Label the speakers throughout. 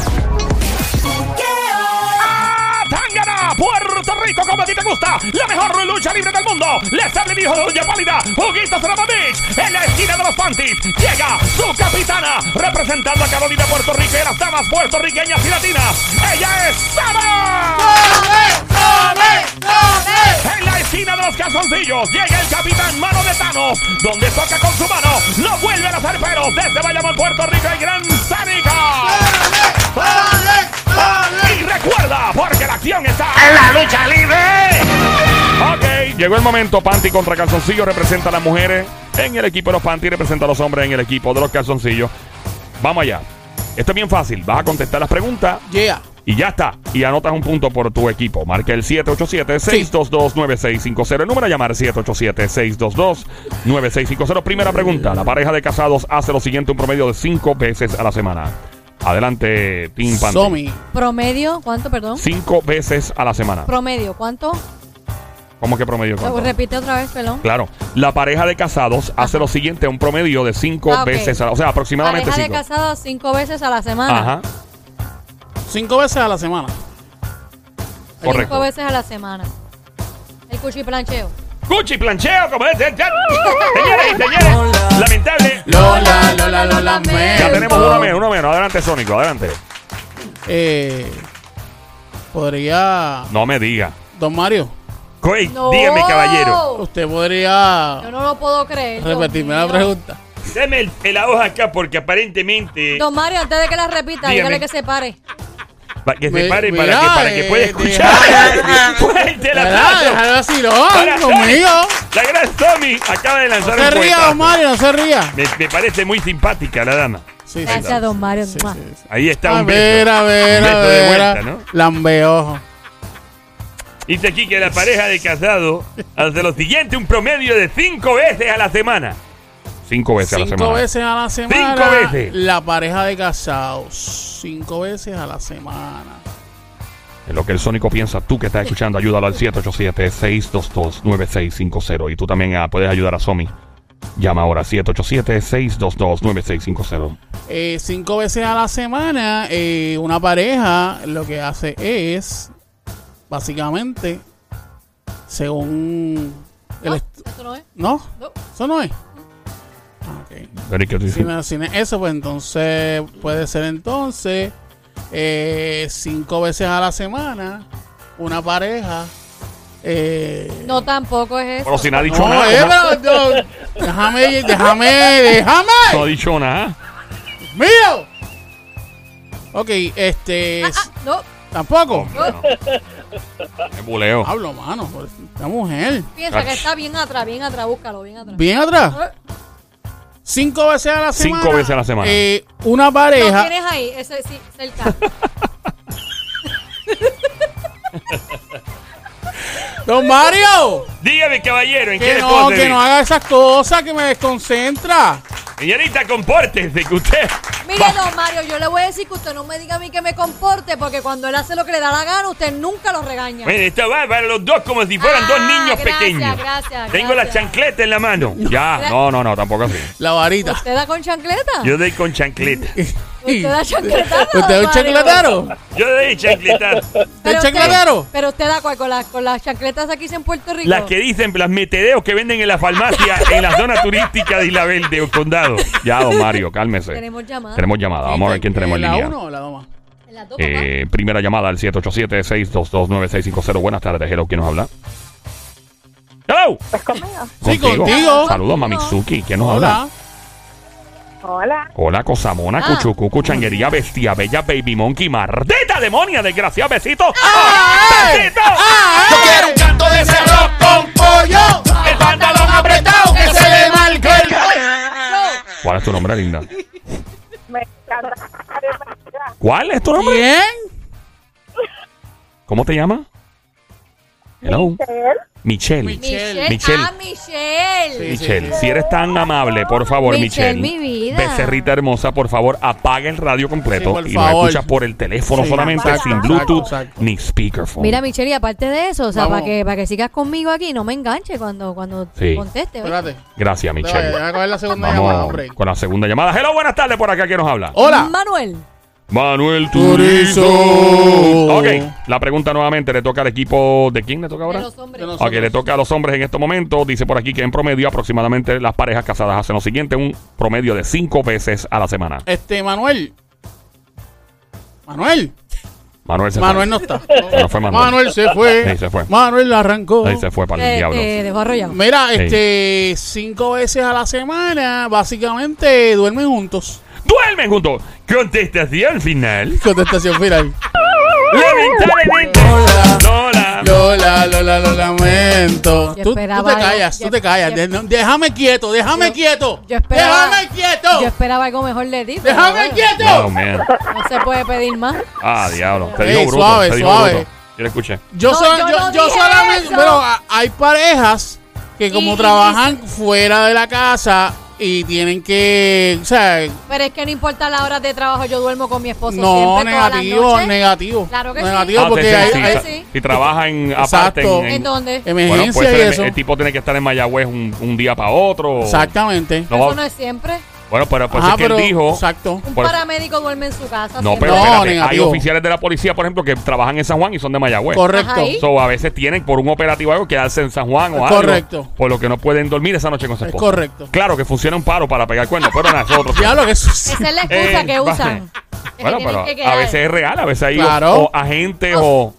Speaker 1: ¡Ah! lucha libre del mundo. Les habla el hijo de Doña Pálida, Huguito Seramovich. En la esquina de los panties llega su capitana, representando a Carolina Puerto Rico y a las damas puertorriqueñas y latinas. Ella es Saba. En la esquina de los calzoncillos llega el capitán Mano de Thanos, donde toca con su mano, lo vuelve a los arperos desde Bayamón, Puerto Rico y Gran Sánica. Y recuerda, porque la acción está en la lucha libre. Ok, llegó el momento. Panty contra calzoncillo representa a las mujeres en el equipo de los panty, representa a los hombres en el equipo de los calzoncillos. Vamos allá. Esto es bien fácil. Vas a contestar las preguntas
Speaker 2: Yeah.
Speaker 1: y ya está. Y anotas un punto por tu equipo. Marca el 787-622-9650. El número a llamar 787-622-9650. Primera pregunta. La pareja de casados hace lo siguiente un promedio de cinco veces a la semana. Adelante, Team Panty.
Speaker 2: Somi.
Speaker 3: Promedio, ¿cuánto, perdón?
Speaker 1: Cinco veces a la semana.
Speaker 3: Promedio, ¿cuánto?
Speaker 1: ¿Cómo que promedio? cuánto?
Speaker 3: Repite otra vez, pelón.
Speaker 1: Claro. La pareja de casados hace lo siguiente un promedio de cinco
Speaker 3: Ah, ok.
Speaker 1: veces a la O sea, aproximadamente
Speaker 3: Pareja de
Speaker 1: cinco.
Speaker 3: casados cinco veces a la semana.
Speaker 1: Ajá.
Speaker 2: Cinco veces a la semana.
Speaker 1: Correcto.
Speaker 3: Cinco veces a la semana. El cuchiplancheo.
Speaker 1: Cuchi plancheo, como es. Señores y señores, lamentable.
Speaker 3: Lola, Lola, lo lamento.
Speaker 1: Ya tenemos uno menos, uno menos. Adelante, Sónico, adelante.
Speaker 2: Eh, podría.
Speaker 1: No me diga.
Speaker 2: Don Mario,
Speaker 1: Güey, Dígame, caballero.
Speaker 2: usted
Speaker 3: Yo
Speaker 2: podría
Speaker 3: no lo puedo creer. Dios
Speaker 2: repetirme
Speaker 3: mío.
Speaker 2: la pregunta.
Speaker 1: Deme el, el la hoja acá porque aparentemente.
Speaker 3: Don Mario, antes de que la repita,
Speaker 1: Dígame.
Speaker 3: dígale que se pare.
Speaker 1: Pa- que se
Speaker 2: Mi-
Speaker 1: pare
Speaker 2: mira,
Speaker 1: para que, para que
Speaker 2: eh,
Speaker 1: pueda
Speaker 2: de-
Speaker 1: escuchar. Fuerte la
Speaker 2: ¿Verdad?
Speaker 1: aplauso.
Speaker 2: Déjalo así,
Speaker 1: Para
Speaker 2: no, conmigo.
Speaker 1: Tommy. La gran Tommy acaba de lanzar
Speaker 2: No se
Speaker 1: un
Speaker 2: ría,
Speaker 1: puestazo.
Speaker 2: don Mario, no se ría.
Speaker 1: Me, me parece muy simpática la dama.
Speaker 2: Sí, sí,
Speaker 3: Gracias, don Mario.
Speaker 2: sí,
Speaker 3: Mua.
Speaker 2: sí, sí.
Speaker 1: Ahí está
Speaker 2: A
Speaker 1: un beso.
Speaker 2: ver, a ver,
Speaker 1: Un
Speaker 2: a
Speaker 1: beso de
Speaker 2: ver.
Speaker 1: vuelta, ¿no?
Speaker 2: Lambeojo.
Speaker 1: Dice aquí que la pareja de casado hace lo siguiente, un promedio de cinco veces a la semana. Cinco veces a la
Speaker 2: Cinco
Speaker 1: semana.
Speaker 2: veces a la semana.
Speaker 1: Cinco veces.
Speaker 2: La pareja de casados. Cinco veces a la semana.
Speaker 1: En lo que el Sónico piensa, tú que estás escuchando, ayúdalo al 787-622-9650. Y tú también ah, puedes ayudar a Somi. Llama ahora 787-622-9650.
Speaker 2: Eh, cinco veces a la semana, eh, una pareja lo que hace es, básicamente, según el
Speaker 3: No,
Speaker 2: est-
Speaker 3: eso no es.
Speaker 2: ¿No?
Speaker 3: No.
Speaker 2: ¿Eso no es? Ah, ok.
Speaker 1: Pero, ¿y qué tú
Speaker 2: Si
Speaker 1: dices?
Speaker 2: no, si no es eso, pues entonces puede ser entonces eh, cinco veces a la semana una pareja. eh,
Speaker 3: No, tampoco es eso.
Speaker 1: Bueno, si no ha dicho
Speaker 2: no,
Speaker 1: nada.
Speaker 2: eh,
Speaker 1: ¿no?
Speaker 2: pero, no, déjame, déjame, déjame.
Speaker 1: No ha dicho nada.
Speaker 2: ¡Mío! Ok, este.
Speaker 3: Ah,
Speaker 2: s-
Speaker 3: ah, no,
Speaker 2: Tampoco.
Speaker 1: No. Es buleo.
Speaker 2: Hablo, mano. por Esta mujer.
Speaker 3: piensa que
Speaker 1: Ach.
Speaker 3: está bien atrás, bien atrás, búscalo, bien atrás.
Speaker 2: Bien atrás.
Speaker 3: Ah,
Speaker 2: Cinco veces a la
Speaker 1: Cinco
Speaker 2: semana.
Speaker 1: veces a la semana.
Speaker 2: Eh, una
Speaker 3: Lo
Speaker 2: pareja.
Speaker 3: tienes ahí, ese sí, cerca.
Speaker 2: ¡Don Mario!
Speaker 1: Dígame, caballero, ¿en qué
Speaker 2: Que
Speaker 1: le
Speaker 2: no,
Speaker 1: puedo
Speaker 2: que
Speaker 1: servir?
Speaker 2: no haga esas cosas que me desconcentra.
Speaker 1: Señorita, compórtese que usted.
Speaker 3: Mire, don Mario, yo le voy a decir que usted no me diga a mí que me comporte, porque cuando él hace lo que le da la gana, usted nunca lo regaña.
Speaker 1: Mire, esto va para los dos como si fueran
Speaker 3: Ah,
Speaker 1: dos niños
Speaker 3: gracias,
Speaker 1: pequeños.
Speaker 3: gracias,
Speaker 1: Tengo la
Speaker 3: gracias.
Speaker 1: chancleta en la mano. Ya,
Speaker 3: Gra-
Speaker 1: no, no, no, tampoco así.
Speaker 2: La varita.
Speaker 3: ¿Usted da con chancleta?
Speaker 1: Yo doy con chancleta.
Speaker 3: ¿Usted da chancletazo,
Speaker 2: ¿Usted es un
Speaker 3: Mario?
Speaker 2: chancletero?
Speaker 1: Yo doy chancleta.
Speaker 2: ¿Usted es
Speaker 3: usted-
Speaker 2: chancletero?
Speaker 3: Pero usted da cual con, las con las chancletas aquí en Puerto Rico.
Speaker 1: Las que dicen, las metedeos que venden en la farmacia en la zona turística de Isla Verde o condado. Ya, don Mario, cálmese.
Speaker 3: Tenemos llamada.
Speaker 1: Tenemos llamada. Vamos a ver quién tenemos en
Speaker 2: ¿La
Speaker 1: línea.
Speaker 2: uno o la dos más?
Speaker 3: En las dos, papá.
Speaker 1: Eh, primera llamada al 787-622-9650. Buenas tardes, Hello, ¿quién nos habla? ¡Hello!
Speaker 2: Sí, contigo.
Speaker 1: Saludos, Mamizuki. ¿Quién nos habla?
Speaker 2: Hola.
Speaker 4: Hola,
Speaker 1: Hola, Cosamona,
Speaker 3: Ah.
Speaker 1: Cuchucucu, Changuería, Bestia, Bella, Baby Monkey, Mardita, Demonia, Desgraciada, Besito.
Speaker 2: ¡Ay!
Speaker 1: ¡Besito!
Speaker 2: Yo quiero un canto de ese rock con pollo. El pantalón apretado que se le marcó
Speaker 1: ¿Cuál es tu nombre, linda?
Speaker 4: me encanta.
Speaker 1: ¿Cuál es tu nombre?
Speaker 2: ¿Bien?
Speaker 1: ¿Cómo te llamas? Hello. Michelle.
Speaker 2: Mich-
Speaker 3: Michelle.
Speaker 1: Michelle.
Speaker 3: Ah, Michelle.
Speaker 2: Sí.
Speaker 1: Michelle, si eres tan amable, por favor, Michelle.
Speaker 3: Michelle, mi vida.
Speaker 1: Becerrita hermosa, por favor, apaga el radio completo
Speaker 2: Sí, por
Speaker 1: y nos
Speaker 2: favor.
Speaker 1: escuchas por el teléfono
Speaker 2: Sí,
Speaker 1: solamente,
Speaker 2: exacto,
Speaker 1: sin
Speaker 2: exacto,
Speaker 1: Bluetooth
Speaker 2: exacto.
Speaker 1: ni speakerphone.
Speaker 3: Mira, Michelle, y aparte de eso, o sea,
Speaker 2: Vamos.
Speaker 3: para que, para que sigas conmigo aquí, no me enganche cuando, cuando
Speaker 1: Sí.
Speaker 3: conteste. ¿oíste?
Speaker 2: Espérate.
Speaker 1: Gracias,
Speaker 2: Déjame
Speaker 1: Michelle.
Speaker 2: déjame coger la segunda llamada,
Speaker 1: Vamos
Speaker 2: hombre. Oh.
Speaker 1: con la segunda llamada. Hello, buenas tardes por acá, ¿quién nos habla?
Speaker 2: Hola.
Speaker 3: Manuel.
Speaker 1: Manuel
Speaker 2: Turizo.
Speaker 1: Turizo. Ok, la pregunta nuevamente le toca al equipo. ¿De quién le toca ahora?
Speaker 3: De los hombres.
Speaker 2: De los-
Speaker 1: Ok, le toca a los hombres en este momento. Dice por aquí que en promedio aproximadamente las parejas casadas hacen lo siguiente, un promedio de cinco veces a la semana.
Speaker 2: Este, Manuel. Manuel.
Speaker 1: Manuel se
Speaker 2: Manuel
Speaker 1: fue.
Speaker 2: no está.
Speaker 1: No fue Manuel.
Speaker 2: se fue.
Speaker 1: Sí, se fue.
Speaker 2: Manuel arrancó.
Speaker 1: Ahí se fue para el
Speaker 3: Eh,
Speaker 1: diablo.
Speaker 3: eh, dejó arrollado.
Speaker 2: Mira,
Speaker 1: Sí.
Speaker 2: este, cinco veces a la semana, básicamente duermen juntos.
Speaker 1: ¡Duermen juntos! Contestación final.
Speaker 2: Contestación final.
Speaker 1: Lamentablemente.
Speaker 2: Hola.
Speaker 1: Lola.
Speaker 2: Lola, Lola, lo lamento.
Speaker 3: Yo
Speaker 2: Tú, tú te
Speaker 3: esperaba algo.
Speaker 2: callas,
Speaker 3: Yo-
Speaker 2: tú te callas.
Speaker 3: yo-
Speaker 2: De- no, déjame quieto, déjame
Speaker 3: Yo-
Speaker 2: quieto.
Speaker 3: yo esperaba-
Speaker 2: déjame quieto.
Speaker 3: Yo esperaba algo mejor de ti. pero
Speaker 2: déjame
Speaker 3: bueno,
Speaker 2: quieto.
Speaker 1: Oh, man.
Speaker 3: No se puede pedir más.
Speaker 1: Ah, diablo. Te
Speaker 2: Ey,
Speaker 1: digo bruto.
Speaker 2: suave,
Speaker 1: te digo
Speaker 2: suave.
Speaker 1: bruto. Yo le escuché.
Speaker 2: Yo,
Speaker 3: No,
Speaker 2: solo-
Speaker 3: yo
Speaker 2: yo-
Speaker 3: no
Speaker 2: yo
Speaker 3: dije
Speaker 2: solamente,
Speaker 3: eso.
Speaker 2: pero a- hay parejas que como
Speaker 3: Y- y-
Speaker 2: trabajan fuera de la casa y tienen que, o sea,
Speaker 3: Pero es que no importa la hora de trabajo, yo duermo con mi esposo
Speaker 2: no
Speaker 3: siempre todas las
Speaker 2: negativo,
Speaker 3: noches.
Speaker 2: negativo,
Speaker 3: Claro que sí.
Speaker 2: negativo
Speaker 3: Ah,
Speaker 2: porque
Speaker 1: te-
Speaker 2: hay,
Speaker 1: sí,
Speaker 2: hay
Speaker 1: sa-
Speaker 3: sí.
Speaker 1: Si trabaja en
Speaker 2: Exacto.
Speaker 1: aparte en,
Speaker 3: ¿En dónde?
Speaker 1: Bueno,
Speaker 2: emergencia
Speaker 1: pues
Speaker 2: y
Speaker 1: el,
Speaker 2: eso.
Speaker 1: el tipo tiene que estar en Mayagüez un, un día para otro.
Speaker 2: Exactamente.
Speaker 1: No,
Speaker 3: Eso no es siempre.
Speaker 1: Bueno, pero pues
Speaker 2: Ajá,
Speaker 1: es que él dijo.
Speaker 2: exacto.
Speaker 3: Un
Speaker 1: Por-
Speaker 3: paramédico duerme en su casa.
Speaker 1: No,
Speaker 3: siempre.
Speaker 1: pero
Speaker 2: No,
Speaker 1: espérate, hay
Speaker 2: negativo.
Speaker 1: oficiales de la policía, por ejemplo, que trabajan en San Juan y son de Mayagüez.
Speaker 2: Correcto.
Speaker 3: ahí.
Speaker 1: So, a veces tienen por un operativo algo quedarse en San Juan o algo.
Speaker 2: Correcto.
Speaker 1: Por lo que no pueden dormir esa noche con su
Speaker 2: Es
Speaker 1: esposa.
Speaker 2: correcto.
Speaker 1: Claro que funciona un paro para pegar cuernos, pero nada, eso es otro tema.
Speaker 2: Diablo, que eso sí.
Speaker 3: Esa es la excusa
Speaker 1: Eh,
Speaker 3: que
Speaker 1: va.
Speaker 3: usan. Es que
Speaker 1: Bueno,
Speaker 3: tienen
Speaker 1: pero
Speaker 3: que
Speaker 1: a
Speaker 3: quedar.
Speaker 1: veces es real, a veces hay o-
Speaker 2: Claro.
Speaker 1: o, agentes o.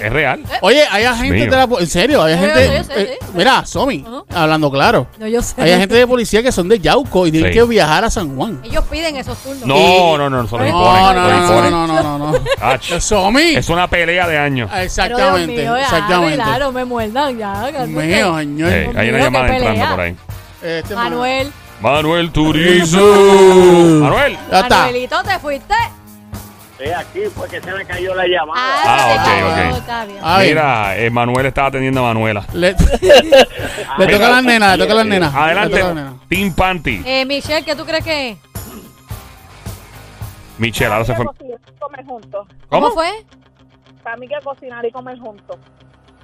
Speaker 1: Es real.
Speaker 2: Oye, hay agentes
Speaker 1: mío.
Speaker 2: de la po- En serio, hay
Speaker 3: Yo, yo,
Speaker 2: gente.
Speaker 3: yo sé,
Speaker 2: eh,
Speaker 3: sí.
Speaker 2: mira, Somi,
Speaker 3: Ajá.
Speaker 2: hablando claro.
Speaker 3: No, yo sé.
Speaker 2: Hay agentes de policía que son de Yauco y tienen
Speaker 1: Sí.
Speaker 2: que viajar a San Juan.
Speaker 3: Ellos piden esos turnos.
Speaker 1: No,
Speaker 2: Y-
Speaker 1: no, no, no, se lo
Speaker 3: No,
Speaker 1: imponen.
Speaker 2: No,
Speaker 1: se
Speaker 2: no,
Speaker 1: lo
Speaker 2: no, no,
Speaker 1: imponen.
Speaker 2: no, no, no, no.
Speaker 1: Ach,
Speaker 2: Somi.
Speaker 1: Es una pelea de años.
Speaker 3: Pero, Dios
Speaker 2: Exactamente,
Speaker 3: mío, ya,
Speaker 2: exactamente.
Speaker 3: Claro, me muerdan ya.
Speaker 2: Dios
Speaker 3: cálmate.
Speaker 2: Mío, señor.
Speaker 1: Eh, hay
Speaker 3: mío,
Speaker 1: una
Speaker 3: qué
Speaker 1: llamada entrando
Speaker 3: pelea.
Speaker 1: por ahí.
Speaker 2: Este
Speaker 3: Manuel,
Speaker 1: Manuel
Speaker 2: Turizo.
Speaker 1: Turizo. Manuel.
Speaker 2: Ya está.
Speaker 3: Manuelito, ¿te fuiste?
Speaker 5: Estoy aquí porque se me cayó la llamada.
Speaker 1: Ah,
Speaker 3: se
Speaker 1: ok,
Speaker 3: cayó,
Speaker 1: ok.
Speaker 3: está bien.
Speaker 2: A ver,
Speaker 1: Mira, eh, Manuel está atendiendo a Manuela.
Speaker 2: Le, le toca a las nenas, le toca a las nenas. Le
Speaker 1: Adelante,
Speaker 2: toca a las nenas.
Speaker 1: Team Panty.
Speaker 3: Eh, Michelle, ¿qué tú crees que es?
Speaker 1: Michelle, ahora se fue.
Speaker 4: Para mí que cocinar y comer juntos.
Speaker 1: ¿Cómo?
Speaker 3: fue?
Speaker 4: Para mí que cocinar y comer juntos.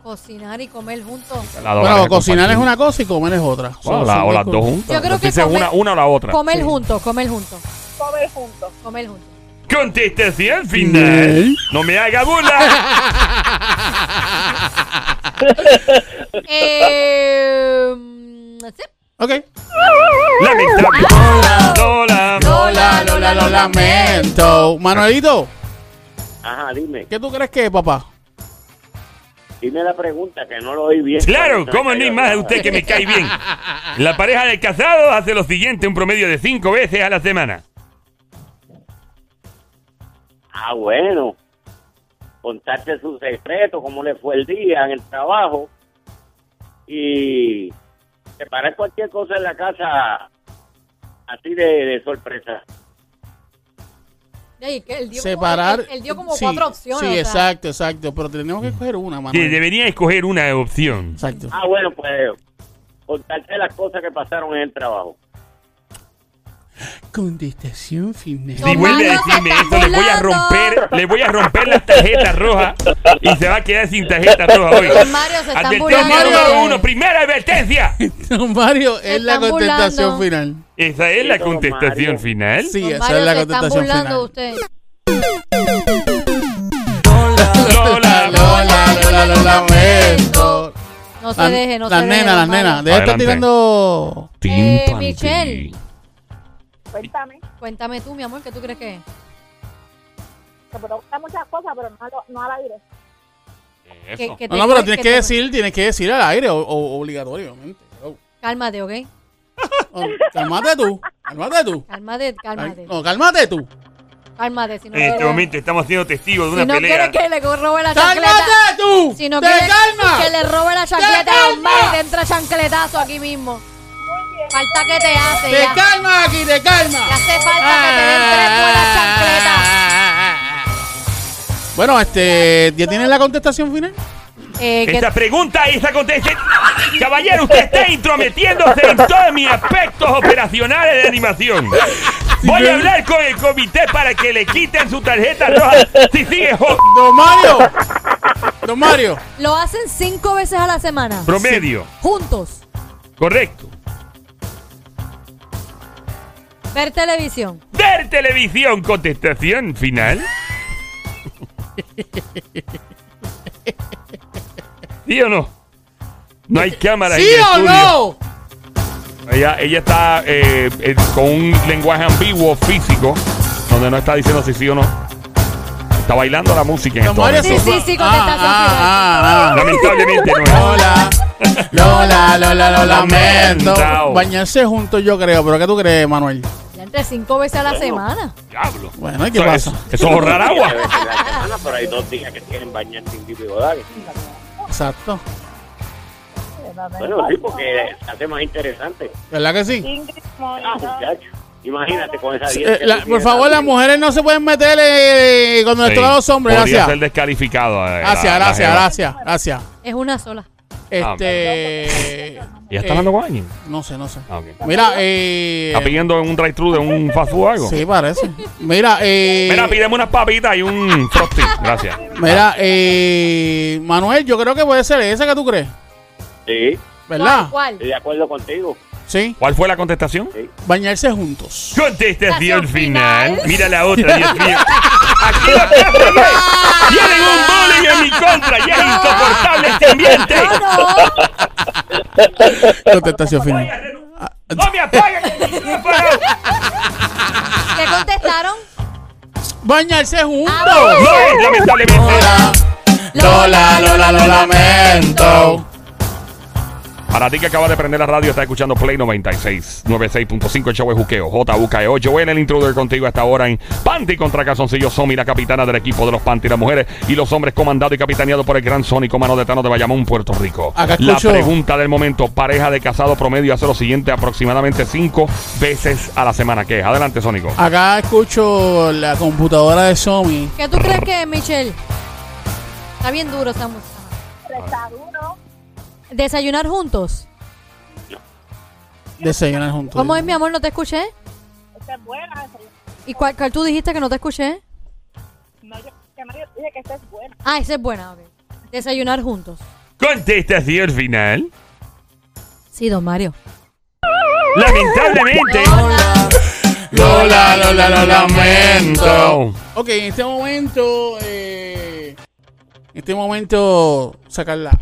Speaker 3: Cocinar y comer juntos.
Speaker 1: La dos van
Speaker 2: Bueno,
Speaker 1: a
Speaker 2: cocinar es
Speaker 1: compartir.
Speaker 2: una cosa y comer es otra.
Speaker 1: Bueno,
Speaker 2: Son-
Speaker 1: la-
Speaker 2: son
Speaker 1: o las
Speaker 2: cosas.
Speaker 1: dos juntas.
Speaker 3: Yo creo
Speaker 1: Nos
Speaker 3: que
Speaker 1: dice
Speaker 3: come-
Speaker 1: una, una o la otra.
Speaker 3: Comer juntos, comer juntos,
Speaker 4: Comer juntos.
Speaker 3: comer juntos.
Speaker 1: Contestación final. No me haga burla.
Speaker 3: Eh, mm, sí.
Speaker 2: Ok.
Speaker 1: Lamentable. Lola.
Speaker 2: Lola, Lola, lo lamento. Manuelito,
Speaker 5: Ajá, dime.
Speaker 2: ¿qué tú crees que es, papá?
Speaker 5: Dime la pregunta que no lo oí bien.
Speaker 1: Claro,
Speaker 5: Se me
Speaker 1: como
Speaker 5: cayó
Speaker 1: no hay
Speaker 5: la
Speaker 1: más de
Speaker 5: llamada.
Speaker 1: usted que me cae bien. La pareja de casados hace lo siguiente un promedio de cinco veces a la semana.
Speaker 5: Ah, bueno. Contarte su secreto, cómo le fue el día en el trabajo. Y preparar cualquier cosa en la casa así de, de sorpresa.
Speaker 3: Ey, que él dio como-
Speaker 2: Separar.
Speaker 3: Él, él dio como
Speaker 2: sí,
Speaker 3: cuatro opciones.
Speaker 2: Sí,
Speaker 3: o sea.
Speaker 2: exacto, exacto. Pero tenemos que escoger una,
Speaker 1: Que
Speaker 2: Manuel.
Speaker 1: debería escoger una opción.
Speaker 2: Exacto.
Speaker 5: Ah, bueno, pues contarte las cosas que pasaron en el trabajo.
Speaker 2: Contestación final.
Speaker 1: Si
Speaker 3: Tomás,
Speaker 1: vuelve a
Speaker 3: no te
Speaker 1: decirme
Speaker 3: estás
Speaker 1: eso, le voy a
Speaker 3: burlando.
Speaker 1: romper, le voy a romper las tarjetas rojas y se va a quedar sin tarjeta roja hoy.
Speaker 3: Don Mario, se están
Speaker 1: Advertencia
Speaker 3: burlando.
Speaker 1: número uno, primera advertencia.
Speaker 2: Don Mario, es la
Speaker 3: están
Speaker 2: contestación
Speaker 3: burlando.
Speaker 2: final.
Speaker 1: Esa es la
Speaker 5: Don
Speaker 1: contestación
Speaker 5: Mario.
Speaker 1: final.
Speaker 2: Sí,
Speaker 3: Don
Speaker 2: esa
Speaker 3: Mario,
Speaker 2: es la
Speaker 3: se están
Speaker 2: contestación
Speaker 3: burlando
Speaker 2: final.
Speaker 3: de usted.
Speaker 1: Lola,
Speaker 2: Lola, Lola, lo lamento.
Speaker 3: No se
Speaker 2: Las-
Speaker 3: deje, no
Speaker 2: las
Speaker 3: se deje.
Speaker 2: nenas, las
Speaker 3: Mario.
Speaker 2: nenas. Deja de estar
Speaker 1: Adelante.
Speaker 2: tirando.
Speaker 3: Eh, Michelle.
Speaker 4: Cuéntame.
Speaker 3: Cuéntame tú, mi amor, ¿qué tú crees que es?
Speaker 4: Te preguntan muchas cosas, pero no, a lo- no al aire.
Speaker 3: Que- que
Speaker 2: No,
Speaker 3: te-
Speaker 2: no, pero tienes que
Speaker 3: te-
Speaker 2: decir, tienes que decir al aire, o- o- obligatoriamente. Oh,
Speaker 3: Cálmate, ¿ok?
Speaker 2: oh, Cálmate tú, cálmate tú.
Speaker 3: Cálmate, cálmate.
Speaker 2: No, cálmate tú.
Speaker 3: Cálmate, si no
Speaker 1: En este
Speaker 3: quieres-
Speaker 1: momento estamos siendo testigos de
Speaker 3: Si
Speaker 1: una
Speaker 3: no
Speaker 1: pelea.
Speaker 3: quieres que le robe la
Speaker 2: ¡Cálmate
Speaker 3: chancleta.
Speaker 2: tú!
Speaker 3: Si no
Speaker 2: ¡Te
Speaker 3: quieres
Speaker 2: calmas!
Speaker 3: que le robe la chancleta
Speaker 2: ¡Te
Speaker 3: a Don Mario,
Speaker 2: calma!
Speaker 3: te entra chancletazo aquí mismo. Falta que te hace
Speaker 2: ¡Te
Speaker 3: ya.
Speaker 2: calmas aquí, te calmas!
Speaker 3: Te hace falta que te den tres buenas
Speaker 2: Ah.
Speaker 3: chancletas.
Speaker 2: Bueno, este, ¿ya tienes la contestación final?
Speaker 3: Eh, que-
Speaker 1: Esta pregunta y esta contestación. Caballero, usted está intrometiéndose en todos mis aspectos operacionales de animación. Voy a hablar con el comité para que le quiten su tarjeta roja si sigue jodiendo.
Speaker 2: Don Mario, Don Mario,
Speaker 3: lo hacen cinco veces a la semana.
Speaker 1: Promedio.
Speaker 3: Juntos.
Speaker 1: Correcto.
Speaker 3: Ver televisión.
Speaker 1: Ver televisión, contestación final. ¿Sí o no? No hay cámara
Speaker 2: ¿Sí
Speaker 1: en el
Speaker 2: o
Speaker 1: estudio.
Speaker 2: no?
Speaker 1: Ella, ella está eh, eh, con un lenguaje ambiguo físico, donde no está diciendo si sí o no. Está bailando la música en este
Speaker 2: Los
Speaker 1: esto.
Speaker 2: mueres
Speaker 3: Sí, sí, sí, contestación
Speaker 2: Ah, ah, ah,
Speaker 1: Lamentablemente no
Speaker 2: ah.
Speaker 1: es.
Speaker 2: Lola, Lola, Lola, lo
Speaker 1: Lamentao.
Speaker 2: lamento. Bañarse juntos yo creo, pero ¿qué tú crees, Manuel?
Speaker 3: Ya entre cinco veces a la semana.
Speaker 1: Diablo.
Speaker 2: Bueno, ¿y qué
Speaker 1: Eso,
Speaker 2: pasa?
Speaker 1: es- eso es ahorrar agua.
Speaker 5: Debe ser la semana, pero hay dos días que tienen bañarse individuales.
Speaker 2: Exacto.
Speaker 5: Bueno, sí, porque se hace más interesante.
Speaker 2: ¿Verdad que sí?
Speaker 4: Ingrid
Speaker 5: Ah,
Speaker 4: Mónica.
Speaker 5: muchacho. Imagínate con esa
Speaker 2: Sí,
Speaker 5: dieta.
Speaker 2: eh,
Speaker 5: que
Speaker 2: la-
Speaker 5: tú
Speaker 2: por
Speaker 5: tienes
Speaker 2: favor, las
Speaker 5: también.
Speaker 2: mujeres no se pueden meter eh, cuando le
Speaker 1: Sí.
Speaker 2: tocan a los hombres.
Speaker 1: Podría
Speaker 2: Gracias.
Speaker 1: ser descalificado. eh, la-
Speaker 2: Gracias,
Speaker 1: la
Speaker 2: gracias,
Speaker 1: jeva.
Speaker 2: gracias, gracias.
Speaker 3: Es una sola.
Speaker 2: Este.
Speaker 1: ¿Ella está
Speaker 2: eh,
Speaker 1: hablando con alguien?
Speaker 2: No sé, no sé.
Speaker 1: Ah, ok.
Speaker 2: Mira, eh.
Speaker 1: ¿Está pidiendo en un drive-thru de un fast food o algo?
Speaker 2: Sí, parece. Mira, eh.
Speaker 1: Mira, pídeme unas papitas y un frosty. Gracias.
Speaker 2: Mira, eh. Manuel, yo creo que puede ser esa que tú crees.
Speaker 5: Sí,
Speaker 2: ¿Verdad?
Speaker 1: Eh.
Speaker 3: ¿Cuál? cuál?
Speaker 5: estoy de acuerdo contigo.
Speaker 2: Sí.
Speaker 1: ¿Cuál fue la contestación?
Speaker 2: Bañarse juntos.
Speaker 1: Contestación
Speaker 3: Contestación
Speaker 1: final.
Speaker 3: final.
Speaker 1: Mira la otra, Dios mío. Aquí lo tengo, güey. Tienen un bullying en mi contra y es insoportable este ambiente.
Speaker 3: No, no.
Speaker 2: Contestación final.
Speaker 1: No me apaguen el micrófono.
Speaker 3: ¿Qué contestaron?
Speaker 2: Bañarse
Speaker 3: Ah,
Speaker 2: juntos.
Speaker 1: No es lamentablemente.
Speaker 2: Lola, Lola, Lola, lo lamento.
Speaker 1: Para ti que acabas de prender la radio, está escuchando Play 96, 96.5, el show de juqueo, JUKEO. Joel, el intruder contigo hasta ahora en Panty contra Calzoncillo Somi, la capitana del equipo de los Panty, las mujeres y los hombres comandado y capitaneado por el gran Sónico Mano de Tano de Bayamón, Puerto Rico.
Speaker 2: Acá
Speaker 1: la
Speaker 2: escucho.
Speaker 1: pregunta del momento, pareja de casado promedio hace lo siguiente aproximadamente cinco veces a la semana. ¿Qué es? Adelante, Sónico.
Speaker 2: Acá escucho la computadora de Somi.
Speaker 3: ¿Qué tú crees que es, Michelle? Está bien duro esta música.
Speaker 4: Prestar uno.
Speaker 3: ¿Desayunar juntos?
Speaker 2: Desayunar juntos.
Speaker 3: ¿Cómo es, mi amor? ¿No te escuché?
Speaker 4: Esta es buena. esa es-
Speaker 3: ¿Y cuál, cuál tú dijiste que no te escuché?
Speaker 4: No, yo, que Mario dije que esta es buena.
Speaker 3: Ah, esa es buena. ok. Desayunar juntos.
Speaker 1: Contestación final.
Speaker 3: Sí, don Mario.
Speaker 1: Lamentablemente.
Speaker 2: Lola, Lola, lo lamento. Ok, en este momento. eh, en este momento, sacarla.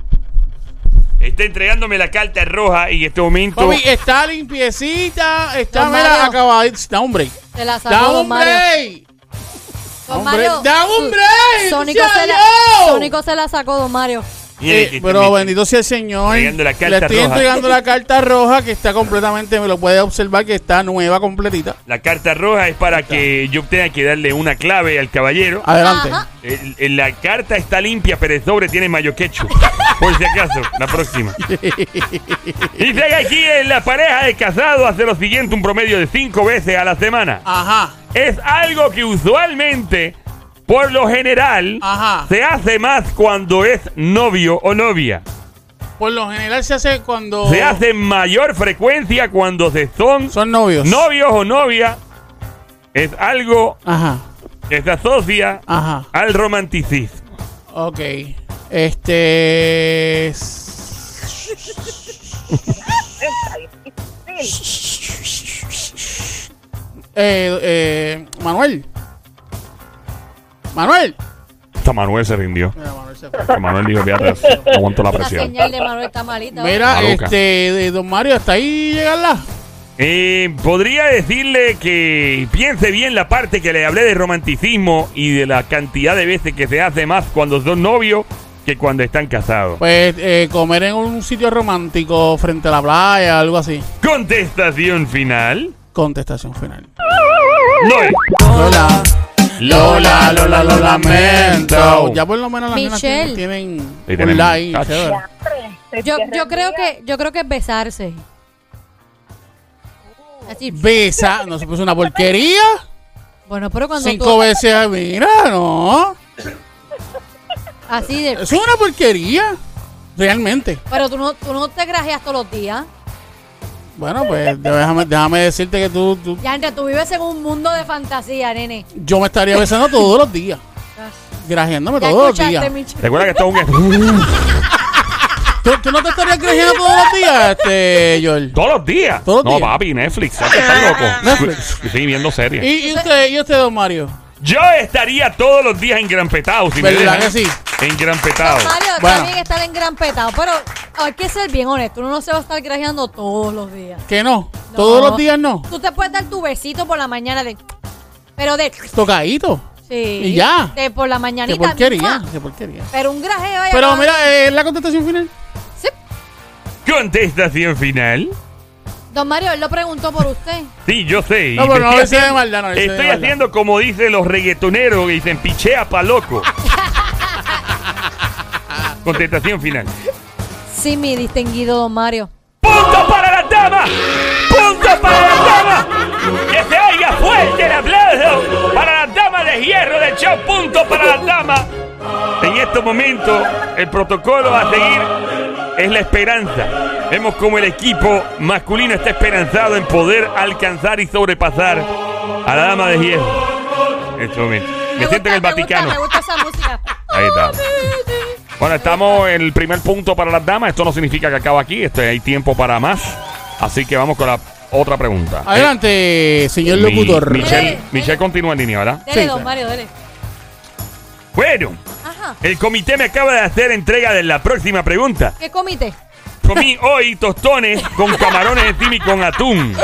Speaker 1: Está entregándome la carta roja y en este momento...
Speaker 2: Papi, está limpiecita. Está,
Speaker 3: Don
Speaker 2: mira,
Speaker 3: Mario.
Speaker 2: acabadita. Da un break.
Speaker 3: Te la
Speaker 2: Da
Speaker 3: sacó, don
Speaker 2: un
Speaker 3: Mario.
Speaker 2: break.
Speaker 3: Don
Speaker 2: Hombre,
Speaker 3: Mario.
Speaker 2: da un
Speaker 3: su-
Speaker 2: break,
Speaker 3: Sónico
Speaker 2: sea
Speaker 3: se, la,
Speaker 2: yo.
Speaker 3: Sónico se la sacó, don Mario.
Speaker 1: Mira,
Speaker 2: Eh,
Speaker 1: que-
Speaker 2: pero bendito sea el Señor.
Speaker 1: Entregando la carta
Speaker 2: Le estoy
Speaker 1: roja.
Speaker 2: entregando la carta roja que está completamente, me lo puede observar que está nueva, completita.
Speaker 1: La carta roja es para que yo tenga que darle una clave al caballero.
Speaker 2: Adelante.
Speaker 3: Ajá.
Speaker 1: El- el- la carta está limpia, pero el sobre tiene mayo quechu. Por si acaso, la próxima. Dice que aquí en la pareja de casado hace lo siguiente un promedio de cinco veces a la semana.
Speaker 2: Ajá.
Speaker 1: Es algo que usualmente, por lo general,
Speaker 2: Ajá.
Speaker 1: se hace más cuando es novio o novia.
Speaker 2: Por lo general se hace cuando
Speaker 1: Se hace en mayor frecuencia cuando se son
Speaker 2: Oh. son novios.
Speaker 1: novios o novia. Es algo
Speaker 2: Ajá.
Speaker 1: que se asocia
Speaker 2: Ajá.
Speaker 1: al romanticismo.
Speaker 2: Ok. Este. s-
Speaker 4: Está difícil.
Speaker 2: Eh, eh, Manuel. Manuel.
Speaker 1: Hasta Manuel se rindió.
Speaker 2: Mira, Manuel se fue.
Speaker 1: Hasta Manuel dijo, "Fíjate, no aguanto la
Speaker 3: La
Speaker 1: presión.
Speaker 3: señal de Manuel está malita. ¿vale?
Speaker 2: Mira,
Speaker 1: Maluca.
Speaker 2: este, de don Mario, hasta ahí llegarla.
Speaker 1: Eh, podría decirle que piense bien la parte que le hablé de romanticismo y de la cantidad de veces que se hace más cuando son novios que cuando están casados.
Speaker 2: Pues eh, comer en un sitio romántico frente a la playa, algo así.
Speaker 1: Contestación final.
Speaker 2: Contestación final.
Speaker 1: No es.
Speaker 2: Lola.
Speaker 1: Lola, Lola, lo lamento.
Speaker 2: Ya por lo menos las nenas
Speaker 3: Michelle.
Speaker 2: tienen, tienen
Speaker 1: Sí,
Speaker 2: un
Speaker 1: tienen
Speaker 2: like.
Speaker 1: touch.
Speaker 2: chévere.
Speaker 4: Ya, hombre, se
Speaker 3: Yo,
Speaker 4: cierra
Speaker 3: yo
Speaker 4: el
Speaker 3: creo
Speaker 4: día.
Speaker 3: que yo creo que es besarse. Así.
Speaker 2: Besa, no se puso una porquería.
Speaker 3: Bueno, pero cuando
Speaker 2: Cinco
Speaker 3: tú
Speaker 2: veces, ah, mira, no.
Speaker 3: así de,
Speaker 2: Es una porquería. Realmente.
Speaker 3: pero tú no tú no te grajeas todos los días.
Speaker 2: Bueno, pues déjame, déjame decirte que tú, tú-
Speaker 3: Ya entre tú vives en un mundo de fantasía, nene.
Speaker 2: yo me estaría besando todos los días. Grajeándome
Speaker 3: Ya
Speaker 2: todos los
Speaker 3: escuchaste,
Speaker 2: días.
Speaker 3: Michelle.
Speaker 1: Recuerda que esto es un...
Speaker 2: ¿Tú, tú no te estarías creciendo todos los días, este, George?
Speaker 1: Todos los días.
Speaker 2: Todos los
Speaker 1: no,
Speaker 2: días.
Speaker 1: papi, Netflix. ¿sabes que estás loco?
Speaker 2: Netflix.
Speaker 1: Sí, viendo series.
Speaker 2: ¿Y, y usted, y usted, don Mario?
Speaker 1: Yo estaría todos los días en Gran Petao. Si me
Speaker 2: ¿Verdad
Speaker 1: dejan.
Speaker 2: que sí?
Speaker 1: En Gran Petao.
Speaker 3: Mario,
Speaker 2: Bueno.
Speaker 3: también estar en gran petado. Pero hay que ser bien honesto. Uno no se va a estar grajeando todos los días.
Speaker 2: Que no.
Speaker 3: No.
Speaker 2: Todos los días no.
Speaker 3: Tú te puedes dar tu besito por la mañana de. Pero de.
Speaker 2: Tocadito.
Speaker 3: Sí.
Speaker 2: Y ya.
Speaker 3: De por la
Speaker 2: Qué
Speaker 3: mañanita.
Speaker 2: porquería.
Speaker 3: ¡mua!
Speaker 2: Qué porquería.
Speaker 3: Pero un grajeo ahí
Speaker 2: Pero
Speaker 3: acá-
Speaker 2: mira, eh, la contestación final.
Speaker 3: Sí.
Speaker 1: Contestación final.
Speaker 3: Don Mario, él lo preguntó por usted.
Speaker 1: Sí, yo sé.
Speaker 2: No,
Speaker 1: Y
Speaker 2: pero
Speaker 1: me
Speaker 2: no
Speaker 1: estoy
Speaker 2: le sea de
Speaker 1: haciendo-
Speaker 2: maldad, no le sea de
Speaker 1: Estoy
Speaker 2: maldad.
Speaker 1: haciendo como dicen los reggaetoneros que dicen pichea pa' loco. Contestación final.
Speaker 3: Sí, mi distinguido Don Mario.
Speaker 1: ¡Punto para la dama! ¡Punto para la dama! ¡Que se oiga fuerte el aplauso para la dama de hierro del show! ¡Punto para la dama! En estos momentos, el protocolo a seguir es la esperanza. Vemos como el equipo masculino está esperanzado en poder alcanzar y sobrepasar a la dama de hierro. En este momento. Me siento en el
Speaker 3: gusta,
Speaker 1: Vaticano.
Speaker 3: Me gusta, me gusta esa música.
Speaker 1: Ahí está. Bueno, estamos en el primer punto para las damas. Esto no significa que acaba aquí. Este, hay tiempo para más. Así que vamos con la otra pregunta.
Speaker 2: Adelante, señor
Speaker 1: Eh, mi-
Speaker 2: locutor.
Speaker 1: Michelle,
Speaker 3: Eh,
Speaker 1: Michelle continúa en línea, ¿verdad?
Speaker 3: Dele,
Speaker 2: Sí,
Speaker 3: Don
Speaker 2: sí.
Speaker 3: Mario, dele.
Speaker 1: Bueno,
Speaker 3: Ajá.
Speaker 1: el comité me acaba de hacer entrega de la próxima pregunta.
Speaker 3: ¿Qué comité?
Speaker 1: Comí hoy tostones con camarones encima y con atún.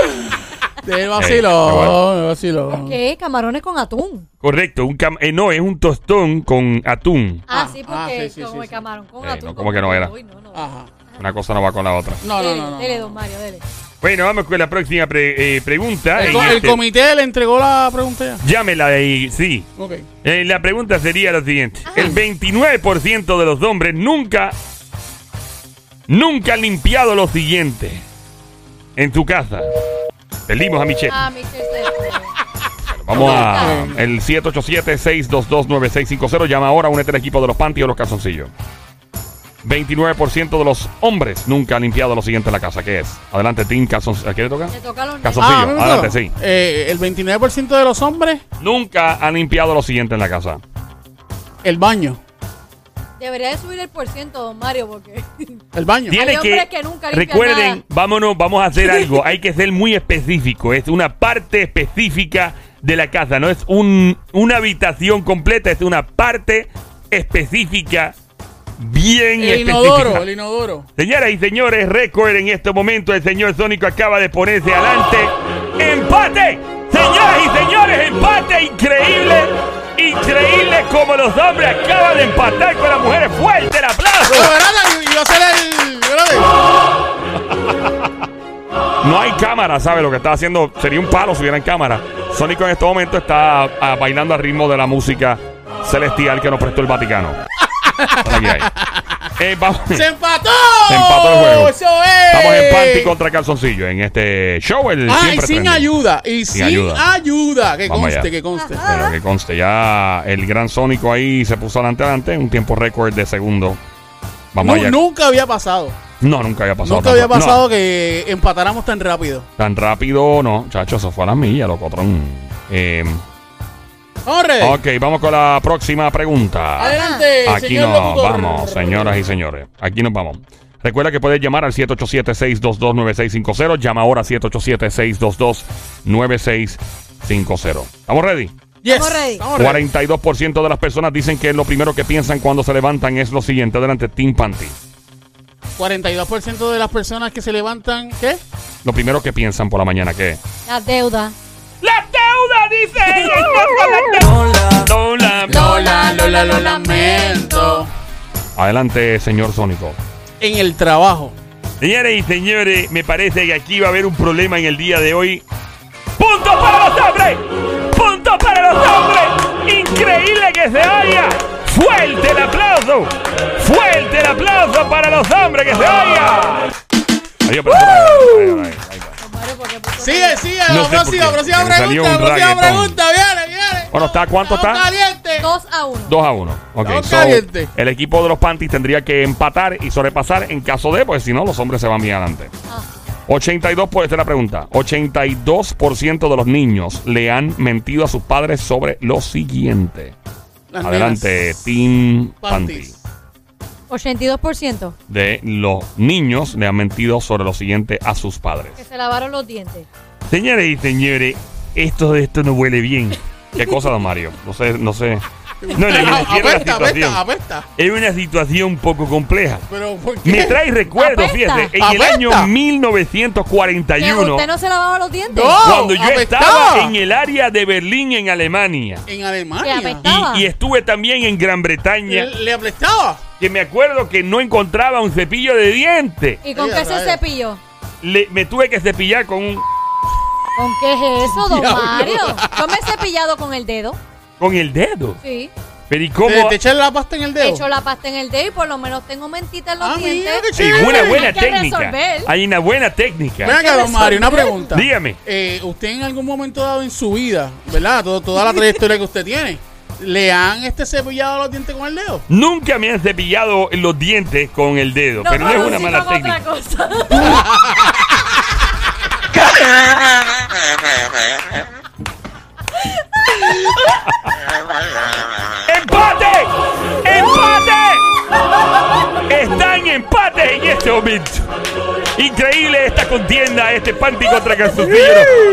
Speaker 2: Del
Speaker 1: Eh, bueno.
Speaker 2: vacilón, del vacilón.
Speaker 3: ¿Qué? Camarones con atún.
Speaker 1: Correcto, un cam- eh, no, es un tostón con atún.
Speaker 3: Ah,
Speaker 2: Ah,
Speaker 3: sí, porque
Speaker 2: ah, sí, sí,
Speaker 3: como
Speaker 2: sí,
Speaker 3: el
Speaker 2: sí.
Speaker 3: camarón con
Speaker 1: Eh,
Speaker 3: atún.
Speaker 1: no,
Speaker 3: como
Speaker 1: ¿cómo que no era?
Speaker 3: Uy, no, no.
Speaker 2: Ajá.
Speaker 1: Una cosa no va con la otra.
Speaker 2: No, no,
Speaker 3: dele,
Speaker 2: no, no.
Speaker 3: dele,
Speaker 2: no.
Speaker 3: Don Mario, dele.
Speaker 1: Bueno, vamos con la próxima pre- eh, pregunta.
Speaker 2: El,
Speaker 1: En
Speaker 2: co- el
Speaker 1: este-
Speaker 2: comité le entregó la pregunta ya.
Speaker 1: Llámela ahí, sí.
Speaker 2: Ok.
Speaker 1: Eh, la pregunta sería la siguiente. El 29% de los hombres nunca, nunca han limpiado lo siguiente en tu casa. Perdimos a Michelle.
Speaker 3: Ah, Michelle, dele.
Speaker 1: Vamos a el 787-622-9650. Llama ahora, únete al equipo de los panties o los calzoncillos. 29% de los hombres nunca han limpiado lo siguiente en la casa. ¿Qué es? Adelante, Team Calzoncillo. ¿A quién le toca?
Speaker 3: Le toca a los
Speaker 1: Caso-
Speaker 3: nenes.
Speaker 1: Sofía,
Speaker 2: a mí me
Speaker 1: adelante,
Speaker 2: tocó.
Speaker 1: sí.
Speaker 2: Eh, el 29% de los hombres,
Speaker 1: Nunca han limpiado lo siguiente en la casa.
Speaker 2: el baño.
Speaker 3: Debería de subir el porciento, Don Mario, porque...
Speaker 2: El baño.
Speaker 3: Diez.
Speaker 1: Tiene
Speaker 3: hombres
Speaker 1: que,
Speaker 3: que nunca limpian
Speaker 1: recuerden,
Speaker 3: nada.
Speaker 1: vámonos, vamos a hacer algo. Hay que ser muy específico. Es una parte específica de la casa. No es un, una habitación completa, es una parte específica, bien
Speaker 2: El
Speaker 1: específica.
Speaker 2: inodoro, el inodoro.
Speaker 1: Señoras y señores, récord en este momento. El señor Sónico acaba de ponerse adelante. ¡Empate! Señoras y señores, empate increíble. Increíble como los hombres acaban de empatar con las mujeres. ¡Fuerte el aplauso!
Speaker 2: Pero, espérate, yo- yo hacer el. espérate.
Speaker 1: No hay cámara, ¿sabes? Lo que está haciendo sería un palo si hubiera en cámara. Sónico en este momento está ah, bailando al ritmo de la música celestial que nos prestó el Vaticano. Por aquí hay. Eh, vamos,
Speaker 2: ¡Se empató!
Speaker 1: Se empató el juego.
Speaker 2: ¡Eso es!
Speaker 1: estamos en panty contra calzoncillo en este show. El
Speaker 2: Ah, y
Speaker 1: siempre
Speaker 2: sin
Speaker 1: trending.
Speaker 2: ayuda. Y
Speaker 1: Sin
Speaker 2: sin,
Speaker 1: ayuda.
Speaker 2: ayuda. Que
Speaker 1: Vamos
Speaker 2: conste,
Speaker 1: allá.
Speaker 2: que conste.
Speaker 1: Pero que conste, ya el gran Sónico ahí se puso adelante adelante en un tiempo récord de segundo. Vamos
Speaker 2: Nu-
Speaker 1: allá.
Speaker 2: nunca había pasado.
Speaker 1: No, nunca había pasado.
Speaker 2: nunca
Speaker 1: tanto.
Speaker 2: había pasado
Speaker 1: No,
Speaker 2: que empatáramos tan rápido.
Speaker 1: tan rápido, no. Chacho, eso fue a la milla, locotrón. Eh,
Speaker 2: ¡Corre!
Speaker 1: ok, vamos con la próxima pregunta.
Speaker 2: Adelante,
Speaker 1: Aquí
Speaker 2: señor
Speaker 1: nos
Speaker 2: locutor.
Speaker 1: vamos, señoras y señores. Aquí nos vamos. Recuerda que puedes llamar al 787-622-9650. Llama ahora 787-622-9650. ¿Estamos ready?
Speaker 2: Yes,
Speaker 3: Estamos ready.
Speaker 2: estamos ready.
Speaker 1: 42% de las personas dicen que lo primero que piensan cuando se levantan es lo siguiente. Adelante, Team Panty.
Speaker 2: 42% de las personas que se levantan, ¿qué?
Speaker 1: Lo primero que piensan por la mañana, ¿qué?
Speaker 3: La deuda.
Speaker 1: ¡La deuda! Dice
Speaker 3: Lola, Lola, lo lamento.
Speaker 1: Adelante, señor Sónico.
Speaker 2: En el trabajo.
Speaker 1: Señores y señores, me parece que aquí va a haber un problema en el día de hoy. ¡Punto para los hombres! ¡Punto para los hombres! ¡Increíble que se oiga! ¡Fuerte el aplauso! ¡Fuerte el aplauso para los hombres que se oiga! Ay, yo, pero- ay, ay, ay, ay, ay.
Speaker 3: Don Mario, porque...
Speaker 2: Sigue, sigue.
Speaker 1: No
Speaker 2: la
Speaker 1: sé
Speaker 2: próxima,
Speaker 1: por qué.
Speaker 2: próxima
Speaker 1: Me salió
Speaker 2: pregunta,
Speaker 1: un
Speaker 2: próxima
Speaker 1: reggaetón.
Speaker 2: pregunta. Viene, viene.
Speaker 1: Bueno, ¿está? ¿Cuánto
Speaker 2: Estamos
Speaker 1: está?
Speaker 2: calientes.
Speaker 3: 2 a 1.
Speaker 1: 2 a 1. Ok,
Speaker 2: Estamos
Speaker 1: so,
Speaker 2: calientes.
Speaker 1: el equipo de los Panties tendría que empatar y sobrepasar en caso de, pues si no, los hombres se van bien adelante. 82, pues esta es la pregunta. 82% de los niños le han mentido a sus padres sobre lo siguiente.
Speaker 2: Las
Speaker 1: Adelante,
Speaker 2: nenas.
Speaker 1: Team Panty.
Speaker 2: Panties.
Speaker 3: 82%
Speaker 1: de los niños le han mentido sobre lo siguiente a sus padres.
Speaker 3: que se lavaron los dientes.
Speaker 1: Señores y señores, esto de esto no huele bien. ¿Qué cosa, don Mario? No sé, no sé. No, le
Speaker 2: Ah,
Speaker 1: quiero la
Speaker 2: apesta,
Speaker 1: situación.
Speaker 2: apesta, apesta.
Speaker 1: Es una situación un poco compleja.
Speaker 2: Pero, ¿por qué?
Speaker 1: Me trae recuerdos,
Speaker 3: Apesta.
Speaker 1: fíjate, en el
Speaker 2: Apesta.
Speaker 1: año
Speaker 3: ¿Que
Speaker 1: 1941,
Speaker 3: usted no se lavaba los dientes?
Speaker 2: No.
Speaker 1: cuando yo
Speaker 2: Apestaba.
Speaker 1: estaba en el área de Berlín, en Alemania.
Speaker 2: En
Speaker 3: Que
Speaker 2: Alemania.
Speaker 3: apesta. Estaba.
Speaker 1: Y, y estuve también en Gran Bretaña,
Speaker 2: Le, le apestaba.
Speaker 1: que me acuerdo que no encontraba un cepillo de diente.
Speaker 3: ¿Y con
Speaker 2: Sí,
Speaker 3: qué
Speaker 2: a
Speaker 3: se
Speaker 2: rayos.
Speaker 3: cepilló?
Speaker 1: Le- me tuve que cepillar con un
Speaker 3: ¿Con qué es eso, don
Speaker 2: Diablo.
Speaker 3: Mario? Yo me he cepillado con el dedo.
Speaker 1: con el dedo.
Speaker 3: Sí.
Speaker 1: Pero ¿y
Speaker 2: Te,
Speaker 1: cómo?
Speaker 2: te echan la pasta en el
Speaker 3: He
Speaker 2: dedo.
Speaker 3: hecho la pasta en el dedo y por lo menos tengo mentita en los
Speaker 2: Ah, mira, qué
Speaker 3: dientes.
Speaker 1: Hay
Speaker 2: chévere.
Speaker 1: una buena
Speaker 3: Hay que
Speaker 1: técnica.
Speaker 3: resolver.
Speaker 1: Hay una buena
Speaker 2: Ven
Speaker 1: técnica.
Speaker 2: acá, don Mario, una pregunta.
Speaker 1: Dígame.
Speaker 2: Eh, usted en algún momento dado en su vida, ¿verdad? Todo- toda la trayectoria que usted tiene, ¿le han este cepillado los dientes con el dedo?
Speaker 1: Nunca me han cepillado los dientes con el dedo,
Speaker 3: No,
Speaker 1: pero no es
Speaker 3: bueno,
Speaker 1: una
Speaker 3: sí
Speaker 1: mala
Speaker 3: con otra
Speaker 1: técnica.
Speaker 3: cosa.
Speaker 1: ¡Empate! ¡Empate! Está en empate en este momento. Increíble esta contienda, este panty contra calzoncillo.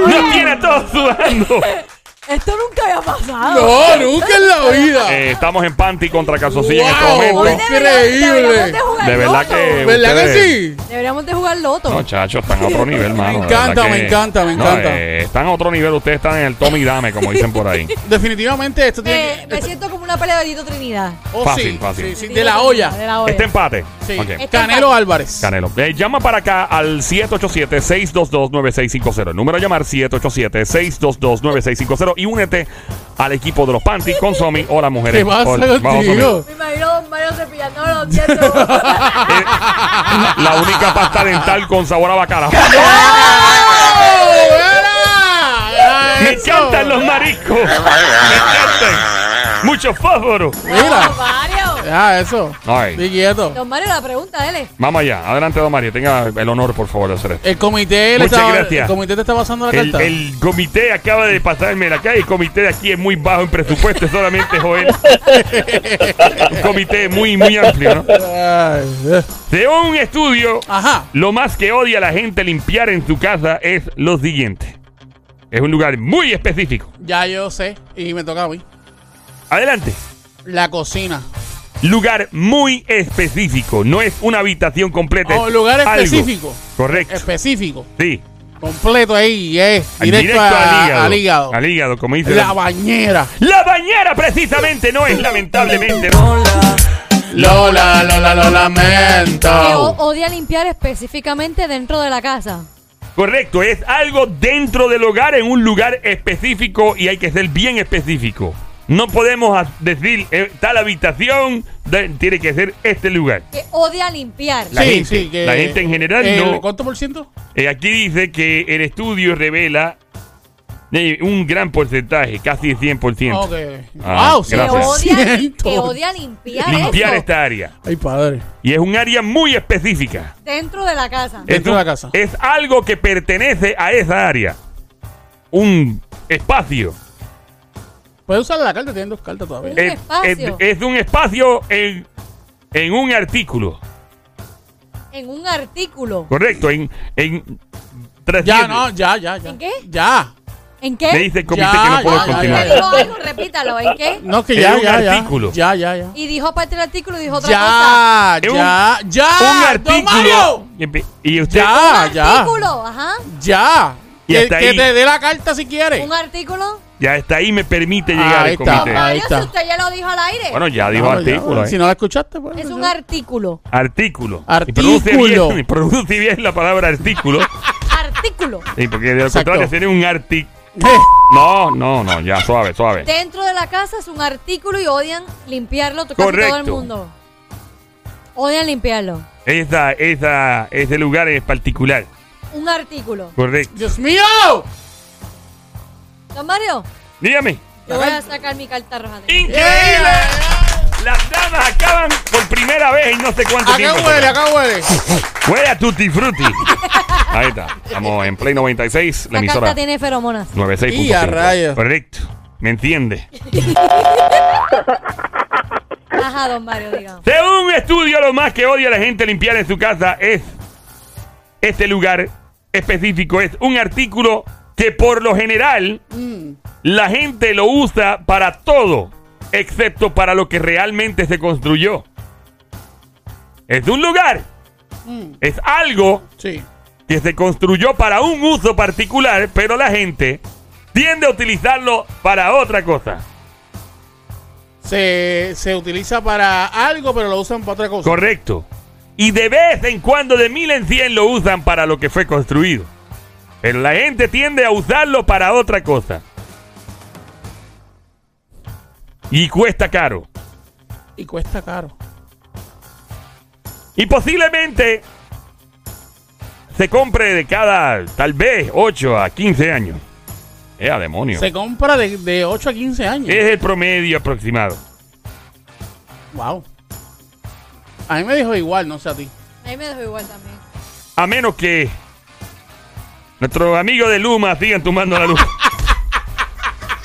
Speaker 1: Nos tiene a todos sudando.
Speaker 3: Esto nunca había pasado.
Speaker 2: No, nunca en la vida.
Speaker 1: Eh, estamos en panty contra calzoncillo en este
Speaker 2: Wow.
Speaker 3: Hoy
Speaker 1: momento.
Speaker 2: increíble.
Speaker 3: deberíamos- Deberíamos de jugar
Speaker 1: De verdad
Speaker 3: loto.
Speaker 1: que-
Speaker 2: ¿Verdad
Speaker 1: ustedes-
Speaker 2: que sí?
Speaker 3: Deberíamos de jugar loto.
Speaker 1: No, chacho, están a otro nivel, mano. de
Speaker 2: encanta,
Speaker 1: verdad
Speaker 2: me
Speaker 1: que-
Speaker 2: encanta, me
Speaker 1: No,
Speaker 2: encanta.
Speaker 1: eh, están a otro nivel, ustedes están en el Tommy Dame, como dicen por ahí.
Speaker 2: Definitivamente esto
Speaker 3: me,
Speaker 2: tiene
Speaker 3: Eh, me
Speaker 2: que...
Speaker 3: siento como una pelea de Lito Trinidad.
Speaker 2: Oh,
Speaker 1: Fácil,
Speaker 2: sí,
Speaker 1: fácil.
Speaker 2: sí, sí, de la olla.
Speaker 3: De la olla.
Speaker 1: Este empate.
Speaker 2: Sí.
Speaker 1: Ok.
Speaker 3: Este
Speaker 2: Canelo Álvarez.
Speaker 1: Canelo. Eh, llama para acá al 787-622-9650. El número a llamar 787-622-9650 y únete al equipo de los Panty con Somi. Hola, mujeres.
Speaker 2: ¿Qué pasa
Speaker 1: Hola, vamos, Somi.
Speaker 2: contigo?
Speaker 3: Me imagino a Don Mario cepillando los dientes.
Speaker 1: Eh, la única pasta dental con sabor a bacala.
Speaker 2: ¡Oh, era! Era
Speaker 1: Me
Speaker 2: eso.
Speaker 1: encantan los mariscos. Me encantan. Mucho fósforo.
Speaker 2: Mira.
Speaker 3: Don Mario.
Speaker 2: Ah, eso.
Speaker 1: All right.
Speaker 2: Di quieto.
Speaker 3: Don Mario, la pregunta, él
Speaker 1: Vamos allá. Adelante, don Mario. Tenga el honor, por favor, de hacer esto.
Speaker 2: El comité, le
Speaker 1: Muchas
Speaker 2: estaba-
Speaker 1: gracias.
Speaker 2: el comité te está pasando la
Speaker 1: El,
Speaker 2: carta.
Speaker 1: el comité acaba de pasarme la calle. El comité de aquí es muy bajo en presupuesto, es solamente Joel. Un comité muy, muy amplio, ¿no?
Speaker 2: Ay, eh.
Speaker 1: Según un estudio,
Speaker 2: Ajá.
Speaker 1: lo más que odia la gente limpiar en su casa es lo siguiente. Es un lugar muy específico.
Speaker 2: Ya yo sé. Y me toca a mí.
Speaker 1: Adelante.
Speaker 2: La cocina.
Speaker 1: Lugar muy específico. No es una habitación completa.
Speaker 2: Oh,
Speaker 1: es
Speaker 2: lugar
Speaker 1: algo.
Speaker 2: específico.
Speaker 1: Correcto.
Speaker 2: Específico.
Speaker 1: sí.
Speaker 2: Completo ahí. Eh. Directo, a- al hígado.
Speaker 1: Al hígado, como dice.
Speaker 2: La bañera.
Speaker 1: La bañera precisamente no es lamentablemente. ¿no?
Speaker 2: Lola, Lola, lo
Speaker 3: Que
Speaker 2: lamento.
Speaker 3: o- odia limpiar específicamente dentro de la casa.
Speaker 1: Correcto, es algo dentro del hogar en un lugar específico y hay que ser bien específico. No podemos a- decir eh, tal habitación, de- tiene que ser este lugar.
Speaker 3: Que odia limpiar.
Speaker 1: La gente, la gente en general
Speaker 2: el-
Speaker 1: no.
Speaker 2: ¿Cuánto por ciento?
Speaker 1: Eh, aquí dice que el estudio revela eh, un gran porcentaje, casi el 100%.
Speaker 2: Ok.
Speaker 1: Ah,
Speaker 2: wow,
Speaker 3: que,
Speaker 1: gracias.
Speaker 3: odia, lim- que
Speaker 2: 100%.
Speaker 3: odia limpiar.
Speaker 1: Limpiar
Speaker 3: eso
Speaker 1: esta área.
Speaker 2: Ay, padre.
Speaker 1: Y es un área muy específica.
Speaker 3: Dentro de la casa.
Speaker 1: Es
Speaker 2: Dentro
Speaker 1: un-
Speaker 2: de la casa.
Speaker 1: Es algo que pertenece a esa área. Un espacio.
Speaker 2: Puedes usar la carta, tienen dos cartas todavía.
Speaker 3: Un espacio.
Speaker 1: es- es un espacio en, en un artículo.
Speaker 3: En un artículo.
Speaker 1: Correcto, en, en
Speaker 2: Ya,
Speaker 1: trasciende.
Speaker 2: no, ya, ya, ya.
Speaker 3: ¿En qué?
Speaker 2: Ya.
Speaker 3: ¿En
Speaker 1: Me
Speaker 3: qué? Ah,
Speaker 1: dice el comité
Speaker 2: Ya,
Speaker 1: que no
Speaker 2: ya,
Speaker 1: puedo
Speaker 2: ya,
Speaker 1: continuar.
Speaker 2: ya,
Speaker 3: Dijo algo, repítalo. ¿En qué?
Speaker 2: No, que
Speaker 1: Es
Speaker 2: ya,
Speaker 1: un
Speaker 2: ya, ya.
Speaker 1: artículo.
Speaker 2: Ya, ya, ya.
Speaker 3: Y dijo aparte del artículo, dijo otra cosa.
Speaker 2: Ya,
Speaker 1: Es un-
Speaker 2: ya, ya.
Speaker 1: Un
Speaker 2: ¡Don
Speaker 1: artículo.
Speaker 2: Mario!
Speaker 1: Y usted.
Speaker 2: Ya,
Speaker 3: Un
Speaker 2: ya.
Speaker 3: artículo, ajá.
Speaker 2: Ya.
Speaker 1: Y
Speaker 2: Que,
Speaker 1: hasta
Speaker 2: que
Speaker 1: ahí.
Speaker 2: te dé la carta si quieres.
Speaker 3: Un artículo.
Speaker 1: Ya está ahí, me permite llegar
Speaker 2: Ahí
Speaker 1: al
Speaker 2: está.
Speaker 1: comité.
Speaker 2: Ahí
Speaker 3: Mario,
Speaker 2: está.
Speaker 3: si usted ya lo dijo al aire.
Speaker 1: Este, Bueno, ya dijo
Speaker 2: Ah, No, ya,
Speaker 1: artículo.
Speaker 2: bueno,
Speaker 1: eh.
Speaker 2: Si no la escuchaste, pues.
Speaker 3: es un
Speaker 2: ya.
Speaker 3: artículo.
Speaker 1: Artículo. Y
Speaker 2: Artículo.
Speaker 1: pronuncie bien, pronuncie bien la palabra artículo.
Speaker 3: Artículo.
Speaker 1: Sí, porque de lo
Speaker 2: Exacto.
Speaker 1: contrario sería un artículo.
Speaker 2: Eh,
Speaker 1: No, no, no, ya, suave, suave.
Speaker 3: Dentro de la casa es un artículo y odian limpiarlo to- casi
Speaker 1: Correcto.
Speaker 3: todo el mundo. Odian limpiarlo.
Speaker 1: Esa, esa, ese lugar es particular.
Speaker 3: Un artículo.
Speaker 1: Correcto.
Speaker 2: ¡Dios mío!
Speaker 3: Don Mario,
Speaker 1: Dígame.
Speaker 3: yo voy a sacar mi carta roja. de-
Speaker 1: ¡Increíble! Las damas acaban por primera vez en no sé cuánto
Speaker 2: ¿A qué
Speaker 1: tiempo.
Speaker 2: huele? ¿A qué huele?
Speaker 1: Huele a Tutti Frutti. Ahí está. Estamos en Play 96, la
Speaker 3: La
Speaker 1: emisora
Speaker 3: carta tiene feromonas.
Speaker 1: 96.5.
Speaker 2: Y a rayos.
Speaker 1: Correcto. ¿Me entiende?
Speaker 3: Ajá, don Mario, digamos.
Speaker 1: Según un estudio, lo más que odia la gente limpiar en su casa es este lugar específico. Es un artículo que por lo general la gente lo usa para todo, excepto para lo que realmente se construyó. Es un lugar,
Speaker 2: Mm,
Speaker 1: es algo
Speaker 2: sí.
Speaker 1: que se construyó para un uso particular, pero la gente tiende a utilizarlo para otra cosa.
Speaker 2: Se, se utiliza para algo, pero lo usan para otra cosa.
Speaker 1: Correcto. Y de vez en cuando, de mil en cien, lo usan para lo que fue construido. Pero la gente tiende a usarlo para otra cosa. Y cuesta caro.
Speaker 2: y cuesta caro.
Speaker 1: Y posiblemente se compre de cada, tal vez, 8 a 15 años. ¡Ea, demonio!
Speaker 2: Se compra de, de 8 a 15 años.
Speaker 1: Es el promedio aproximado.
Speaker 2: Wow. A mí me dijo igual, no sé a ti.
Speaker 3: A mí me dejó igual también.
Speaker 1: A menos que nuestros amigos de Luma sigan tumbando la luz.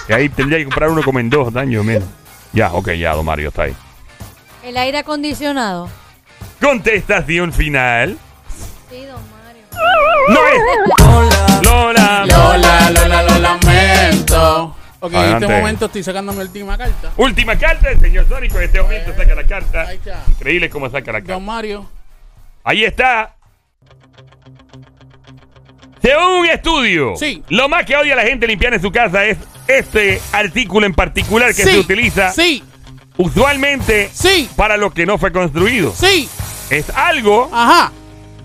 Speaker 1: y ahí tendría que comprar uno como en dos daños menos. Ya, ok, ya, don Mario está ahí.
Speaker 3: El aire acondicionado.
Speaker 1: Contestación final.
Speaker 3: Sí, don Mario.
Speaker 1: No es. Lola.
Speaker 2: Lola, Lola, lo lamento. Ok, en
Speaker 1: Adelante.
Speaker 2: este momento estoy sacándome la última carta.
Speaker 1: Última carta del señor Sónico. En este momento saca la carta.
Speaker 2: Ahí está.
Speaker 1: Increíble cómo saca la carta.
Speaker 2: Don Mario.
Speaker 1: Ahí está. Según un estudio,
Speaker 2: Sí.
Speaker 1: lo más que odia la gente limpiar en su casa es este artículo en particular que
Speaker 2: sí,
Speaker 1: se utiliza
Speaker 2: Sí,
Speaker 1: usualmente
Speaker 2: sí,
Speaker 1: para lo que no fue construido.
Speaker 2: sí.
Speaker 1: Es algo
Speaker 2: Ajá,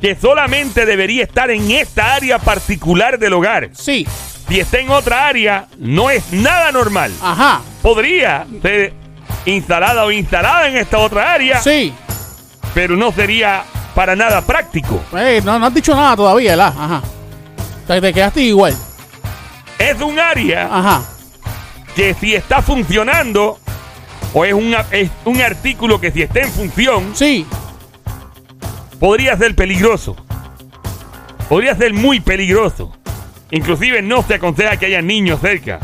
Speaker 1: que solamente debería estar en esta área particular del hogar.
Speaker 2: sí,
Speaker 1: Si está en otra área, no es nada normal.
Speaker 2: ajá,
Speaker 1: Podría ser instalada o instalada en esta otra área,
Speaker 2: sí.
Speaker 1: pero no sería para nada práctico.
Speaker 2: Ey, Eh, no, no has dicho nada todavía, ¿la? Ajá. O sea, te quedaste igual.
Speaker 1: Es un área
Speaker 2: Ajá.
Speaker 1: que si está funcionando, o es un, es un artículo que si está en función,
Speaker 2: Sí,
Speaker 1: podría ser peligroso. Podría ser muy peligroso. Inclusive no se aconseja que haya niños cerca.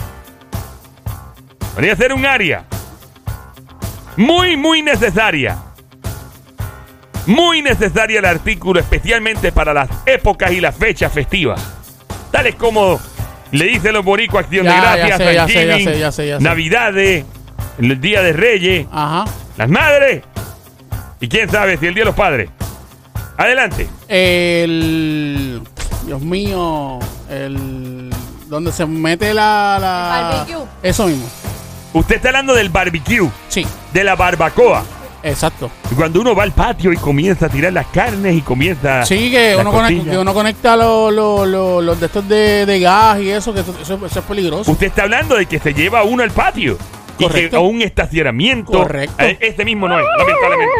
Speaker 1: Podría ser un área muy, muy necesaria. Muy necesaria el artículo, especialmente para las épocas y las fechas festivas. Tales como le dicen los boricos Acción de
Speaker 2: Ya, ya
Speaker 1: Gracias,
Speaker 2: sé, ya sé, ya
Speaker 1: Thanksgiving,
Speaker 2: sé, ya sé, ya sé.
Speaker 1: Navidades, el Día de Reyes,
Speaker 2: ajá.
Speaker 1: las madres. Y quién sabe si el Día de los Padres. Adelante.
Speaker 2: El. Dios mío. El. Donde se mete la. la-
Speaker 3: El barbecue.
Speaker 2: Eso mismo.
Speaker 1: Usted está hablando del barbecue,
Speaker 2: Sí,
Speaker 1: de la barbacoa.
Speaker 2: exacto.
Speaker 1: Y Cuando uno va al patio y comienza a tirar las carnes y comienza.
Speaker 2: Sí, que
Speaker 1: Ah, la
Speaker 2: uno, conecta,
Speaker 1: costilla.
Speaker 2: que uno conecta los los- los- los de estos de, de gas y eso, que eso, eso- eso es peligroso.
Speaker 1: Usted está hablando de que se lleva uno al patio. Y que
Speaker 2: Correcto.
Speaker 1: a un estacionamiento.
Speaker 2: Correcto.
Speaker 1: Eh, este mismo no es, lamentablemente.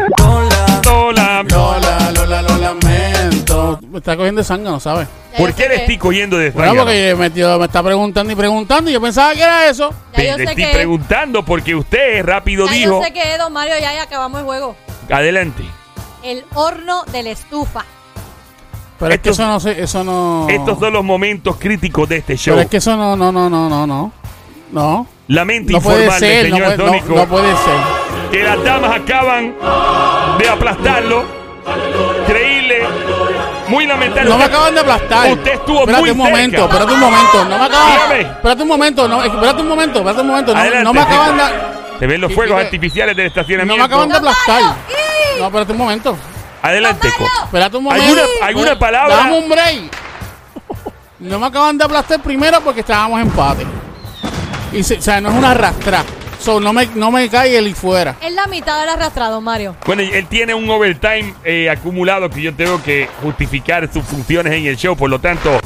Speaker 1: Lola.
Speaker 2: Lola, Lola, lo lamento. Me está cogiendo de sangre, ¿no sabes?
Speaker 3: Ya
Speaker 1: ¿Por
Speaker 3: yo
Speaker 1: qué
Speaker 3: sé
Speaker 1: le
Speaker 3: que-
Speaker 1: estoy cogiendo de
Speaker 2: Bueno,
Speaker 1: zángano?
Speaker 2: porque me, tío- me está preguntando y preguntando y yo pensaba que era eso.
Speaker 3: Ya
Speaker 1: Te-
Speaker 3: yo
Speaker 1: le
Speaker 3: sé
Speaker 1: estoy
Speaker 3: que-
Speaker 1: preguntando porque usted rápido
Speaker 3: ya
Speaker 1: dijo.
Speaker 3: yo sé que es, don Mario, ya, ya acabamos el juego.
Speaker 1: Adelante.
Speaker 3: El horno de la estufa.
Speaker 2: Pero es que
Speaker 1: Estos-
Speaker 2: eso no sé, eso no.
Speaker 1: Estos son los momentos críticos de este show.
Speaker 2: Pero es que eso no, no, no, no, no, no. No.
Speaker 1: Lamento
Speaker 2: No puede
Speaker 1: informarle,
Speaker 2: ser, no
Speaker 1: señor
Speaker 2: puede, no,
Speaker 1: Sónico,
Speaker 2: no puede ser.
Speaker 1: que las damas acaban de aplastarlo. Increíble. Muy lamentable.
Speaker 2: No me acaban de aplastar.
Speaker 1: Usted estuvo
Speaker 2: espérate
Speaker 1: muy
Speaker 2: un momento,
Speaker 1: cerca.
Speaker 2: espérate un momento. No me acaban.
Speaker 1: Dígame.
Speaker 2: Espérate un momento, no, espérate un momento, espérate un momento. No,
Speaker 1: Adelante,
Speaker 2: no me
Speaker 1: sí.
Speaker 2: acaban de.
Speaker 1: Se ven los
Speaker 2: Sí,
Speaker 1: fuegos
Speaker 2: sí, sí.
Speaker 1: artificiales del
Speaker 2: No
Speaker 1: estacionamiento.
Speaker 2: me acaban de
Speaker 3: ¡Don
Speaker 2: aplastar.
Speaker 3: Mario! ¡Y!
Speaker 2: No, espérate un momento.
Speaker 1: Adelante,
Speaker 3: ¡Don Mario!
Speaker 1: Coco.
Speaker 2: Espérate un momento.
Speaker 1: ¿Alguna- alguna
Speaker 2: Espera-
Speaker 1: palabra?
Speaker 2: Dame un break. No me acaban de aplastar primero porque estábamos empate. Y se- o sea, no es una arrastra. So, no, me, no me cae el y fuera.
Speaker 3: Es la mitad del arrastrado, Mario.
Speaker 1: Bueno, y él tiene un overtime eh, acumulado que yo tengo que justificar sus funciones en el show. Por lo tanto,